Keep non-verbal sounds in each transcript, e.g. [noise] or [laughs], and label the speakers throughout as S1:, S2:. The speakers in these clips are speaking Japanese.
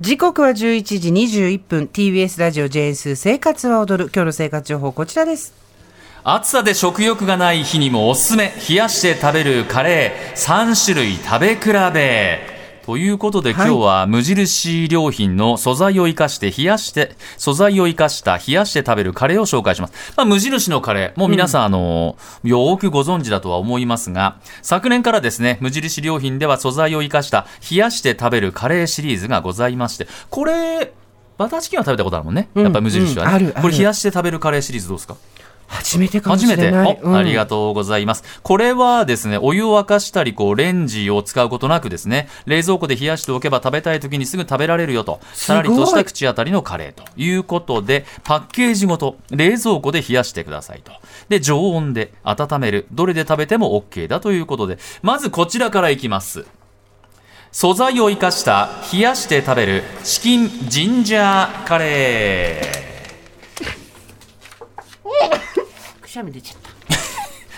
S1: 時刻は11時21分 TBS ラジオ JS 生活は踊る今日の生活情報こちらです
S2: 暑さで食欲がない日にもおすすめ冷やして食べるカレー3種類食べ比べということで、
S1: はい
S2: 今日は無印良品の素材を生かして冷やして素材を生かした冷やして食べるカレーを紹介します、まあ、無印のカレーもう皆さん、あのよーくご存知だとは思いますが昨年からですね無印良品では素材を生かした冷やして食べるカレーシリーズがございましてこれバターチキンは食べたことあるもんね、やっぱり無印はね、
S1: うんうんあるある
S2: これ冷やして食べるカレーシリーズどうですか
S1: 初めてかもし
S2: 初めて
S1: れない
S2: おありがとうございます。これはですね、お湯を沸かしたり、こう、レンジを使うことなくですね、冷蔵庫で冷やしておけば食べたい時にすぐ食べられるよと、
S1: ご
S2: さ
S1: い
S2: らりとした口当たりのカレーということで、パッケージごと、冷蔵庫で冷やしてくださいと。で、常温で温める。どれで食べても OK だということで、まずこちらからいきます。素材を生かした冷やして食べるチキンジンジャーカレ
S1: うくしゃみ出ちゃった
S2: ー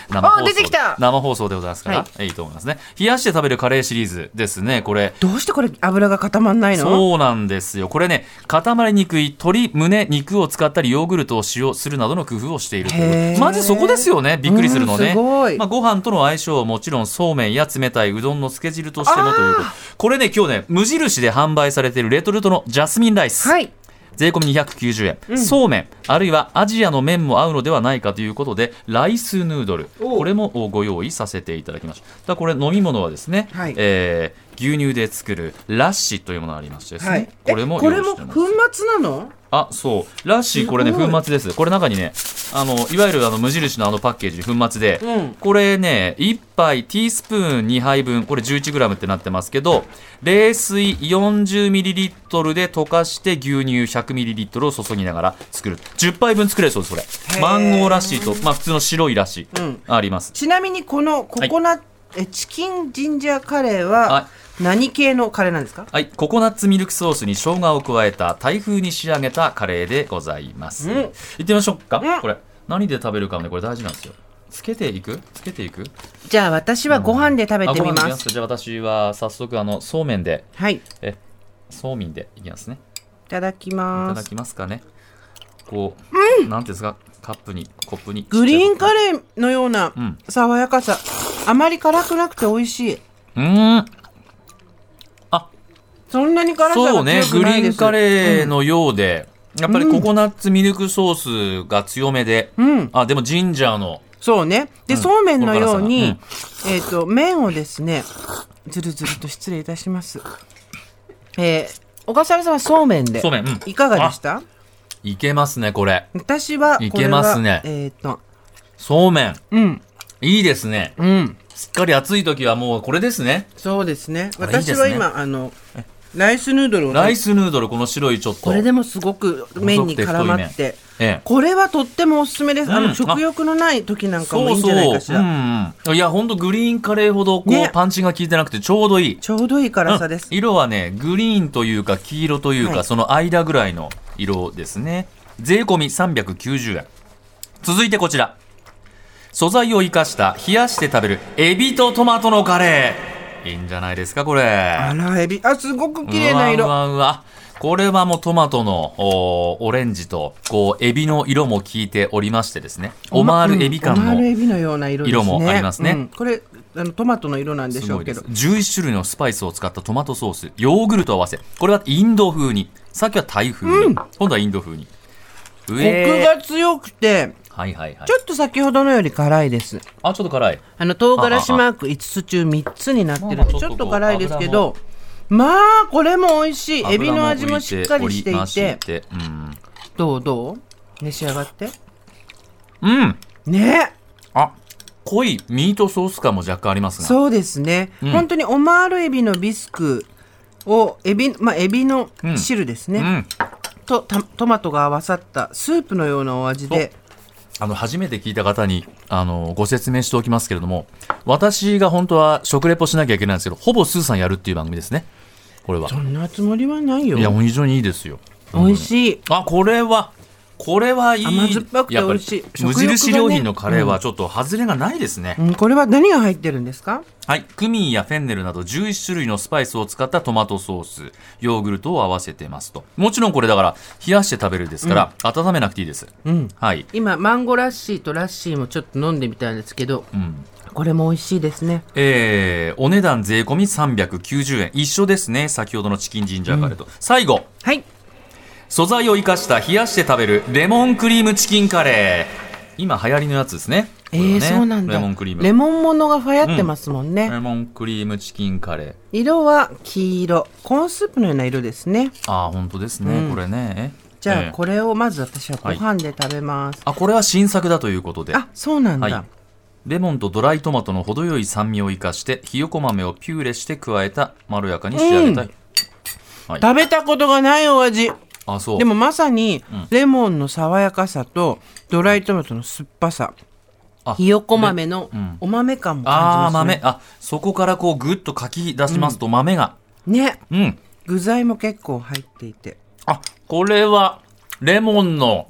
S2: 生放送
S1: あ出てきた
S2: 生放送でございますから、、
S1: はい
S2: いと思いますね冷やして食べるカレーシリーズですねこれ
S1: どうしてこれ油が固まんないの
S2: そうなんですよこれね固まりにくい鶏胸肉を使ったりヨーグルトを使用するなどの工夫をしていると
S1: へ
S2: い
S1: ー
S2: うまずそこですよねびっくりするの
S1: うん
S2: ね、
S1: すごい
S2: まあ、ご飯との相性はもちろんそうめんや冷たいうどんのつけ汁としてもということこれね今日ね無印で販売されているレトルトのジャスミンライス、
S1: はい
S2: 税込み290円、そうめんあるいはアジアの麺も合うのではないかということでライスヌードル
S1: おう
S2: これもご用意させていただきましただからこれ飲み物はですね、
S1: はい
S2: えー牛乳で作るラッシーというものがありましてですね、
S1: はい
S2: これも
S1: えこ
S2: 用意
S1: れも
S2: してます
S1: 粉末なの
S2: あそうラッシーこれね
S1: すごい
S2: 粉末ですこれ中にねあのいわゆるあの無印のあのパッケージに粉末で、
S1: うん
S2: これね1杯ティースプーン2杯分これ 11g ってなってますけど冷水 40ml で溶かして牛乳 100ml を注ぎながら作る10杯分作れるそうです
S1: へー
S2: これマンゴーラッシーと、まあ、普通の白いラッシー、
S1: うん
S2: あります
S1: ちなみにこのココナッ、えチキンジンジャーカレーは
S2: は
S1: 何系のカレーなんですか
S2: はい、ココナッツミルクソースに生姜を加えた台風に仕上げたカレーでございます、
S1: うん
S2: いってみましょうか、
S1: うん
S2: これ何で食べるかもねこれ大事なんですよつけていくつけていく
S1: じゃあ私はご飯で食べてみ
S2: あご飯でいき
S1: ま
S2: ます
S1: す
S2: かじゃあ私は早速あのそうめんで
S1: はいい
S2: えそうみんでいきますね
S1: ただき
S2: いた
S1: ま
S2: だ
S1: す
S2: きますかねこう、なんていうんですかカップにコップに
S1: グリーンカ
S2: レ
S1: レーのような
S2: うん
S1: 爽やかさ、あまり辛くなくて美味しいう
S2: ーん
S1: そんなに辛さ
S2: そ
S1: が強
S2: う
S1: くない
S2: ね
S1: です
S2: グリーンカレー
S1: うん
S2: のようで、やっぱりココナッツミルクソースが強めで、
S1: うん
S2: あでもジンジャーの
S1: そうねで、
S2: うん
S1: そうめんのよう
S2: こ
S1: に
S2: の、
S1: えっ、と麺をですねずるずると失礼いたしますえー、小笠原さんはそうめんで
S2: そうめんうん
S1: いかがでした
S2: いけますねこれ
S1: 私はこれはい
S2: けますね
S1: えっ、と
S2: そうめん
S1: うん
S2: いいですね
S1: うん
S2: すっかり暑い時はもうこれですね
S1: そうですね
S2: あいいです
S1: 私
S2: ね
S1: は今あのライスヌードルをね
S2: ライスヌードルこの白いちょっと
S1: これでもすごく麺に絡まっ
S2: 細くて
S1: て
S2: ええ
S1: これはとってもおすすめです、あ
S2: う
S1: の
S2: ん
S1: 食欲のない時なんかもい
S2: そ
S1: いじゃ
S2: うんそう。
S1: ないかしら
S2: うんうん、いや、ほんとグリーンカレーほどこう、
S1: ね
S2: パンチが効いてなくてちょうどいい。
S1: ちょうどいい辛さです、
S2: うん色はね、グリーンというか黄色というか、
S1: はい
S2: その間ぐらいの色ですね。税込み390円。続いてこちら。素材を生かした冷やして食べるエビとトマトのカレー。いいんじゃないですか、これ。
S1: あらエビあすごく綺麗な色
S2: うわうわうわこれはもうトマトのおーオレンジとこうエビの色も効いておりましてですねオマールエビ感
S1: オマール
S2: も
S1: エビのような色ですね
S2: 色もありますね
S1: うんこれあのトマトの色なんですしょ
S2: ご
S1: う
S2: い
S1: け
S2: です
S1: ど
S2: 11種類のスパイスを使ったトマトソースヨーグルトを合わせこれはインド風にさっきはタイ風に、今度はインド風にコク
S1: コクが強くて
S2: はいはいはい
S1: ちょっと先ほどのより辛いです
S2: あちょっと辛い
S1: あの唐辛子マーク5つ中3つになってるんで
S2: まあまあ
S1: ち
S2: ち
S1: ょ
S2: ょ
S1: っ
S2: っ
S1: と
S2: と
S1: 辛いですけどまあこれも美味しいエビの味もしっかりしてい
S2: 油も浮
S1: て
S2: いておりまして
S1: どうどう召し上がって
S2: うん、うん、
S1: ね
S2: あ濃いミートソース感も若干ありますが
S1: そうですね、
S2: ん
S1: 本当にオマールエビのビスクをエビ,、まあ、エビの
S2: ん
S1: 汁ですね、
S2: うん
S1: とたトマトが合わさったスープのようなお味で
S2: あの、初めて聞いた方に、あの、ご説明しておきますけれども、私が本当は食レポしなきゃいけないんですけど、ほぼスーさんやるっていう番組ですね。これは
S1: そ。んなつもりはないよ
S2: いや、非常にいいですよ。
S1: 美味しい
S2: あ、これは、これはいい
S1: 甘酸っぱくて
S2: やっぱ
S1: 美
S2: り
S1: 味しい
S2: 無
S1: 食欲がね
S2: 印良品のカレーはちょっと外れがないですね、
S1: うん、これは何が入ってるんですか
S2: はいクミンやフェンネルなど11種類のスパイスを使ったトマトソースヨーグルトを合わせてますともちろんこれだから冷やして食べるですから、温めなくていいです、
S1: うん
S2: はい、
S1: 今マンゴーラッシーとラッシーもちょっと飲んでみたんですけど
S2: うん、
S1: これも美味しいですね
S2: えーお値段税込み390円一緒ですね先ほどのチキンジンジャーカレーと、最後
S1: はい
S2: 素材を生かした冷やして食べるレモンクリームチキンカレー今流行りのやつですね
S1: え
S2: これは
S1: ー、
S2: ね
S1: そうなんだ
S2: レモンクリーム
S1: レモンものが流行ってますもんね、
S2: レモンクリームチキンカレー
S1: 色は黄色コーンスープのような色ですね
S2: ああ本当ですね、これねえ
S1: じゃ
S2: え
S1: あ
S2: え
S1: これをまず私はご飯で食べます、
S2: あこれは新作だということで
S1: あそうなんだ、
S2: はいレモンとドライトマトの程よい酸味を生かしてひよこ豆をピューレして加えたまろやかに仕上げたい、はい
S1: 食べたことがないお味
S2: あそう
S1: でもまさにレモンの爽やかさとドライトマトの酸っぱさ
S2: あ
S1: ひよこ豆の
S2: ん
S1: お豆感も
S2: ああ
S1: 感じます
S2: 豆
S1: ね,、
S2: あそこからこうグッとかき出しますと豆が
S1: ね
S2: うん
S1: 具材も結構入っていて
S2: あ、これは、レモンの、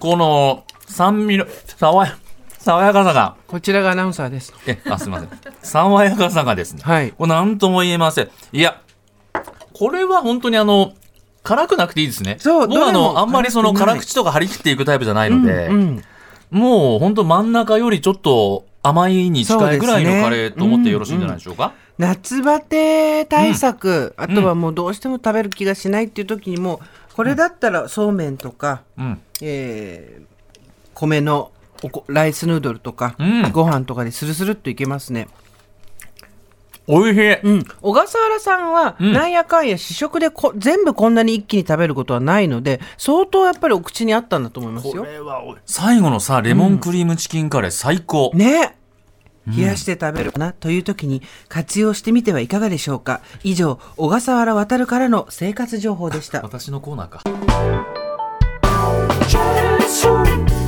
S2: この、酸味の、爽や、爽やかさが、
S1: こちらがアナウンサーです
S2: え、あ、すいま
S1: [laughs]
S2: せん。爽やかさがですね。
S1: はい
S2: これ、なんとも言えません。いや、これは本当にあの、辛くなくていいですね。
S1: そう
S2: 僕は
S1: ど
S2: あ
S1: れも
S2: の、あんまりその
S1: 辛くない
S2: 辛口とか張り切っていくタイプじゃないので、
S1: うん
S2: もう本当真ん中よりちょっと甘いに近いぐらい
S1: そうです
S2: の
S1: ね
S2: カレーと思ってよろしいんじゃないでしょうか。
S1: 夏バテ対策、あとはもうどうしても食べる気がしないっていう時にもこれだったらそうめんとか、
S2: うん。
S1: えー米のおこライスヌードルとか、
S2: うん
S1: ご飯とかでスルスルっといけますね、
S2: 美味しい。
S1: うん、小笠原さんはなんやかんや試食でこ全部こんなに一気に食べることはないので相当やっぱりお口にあったんだと思いますよ
S2: 最後のさ、レモンクリームチキンカレー最高。
S1: ね冷やして食べるかなという時に活用してみてはいかがでしょうか以上小笠原渉からの生活情報でした
S2: 私のコーナーか。
S3: generation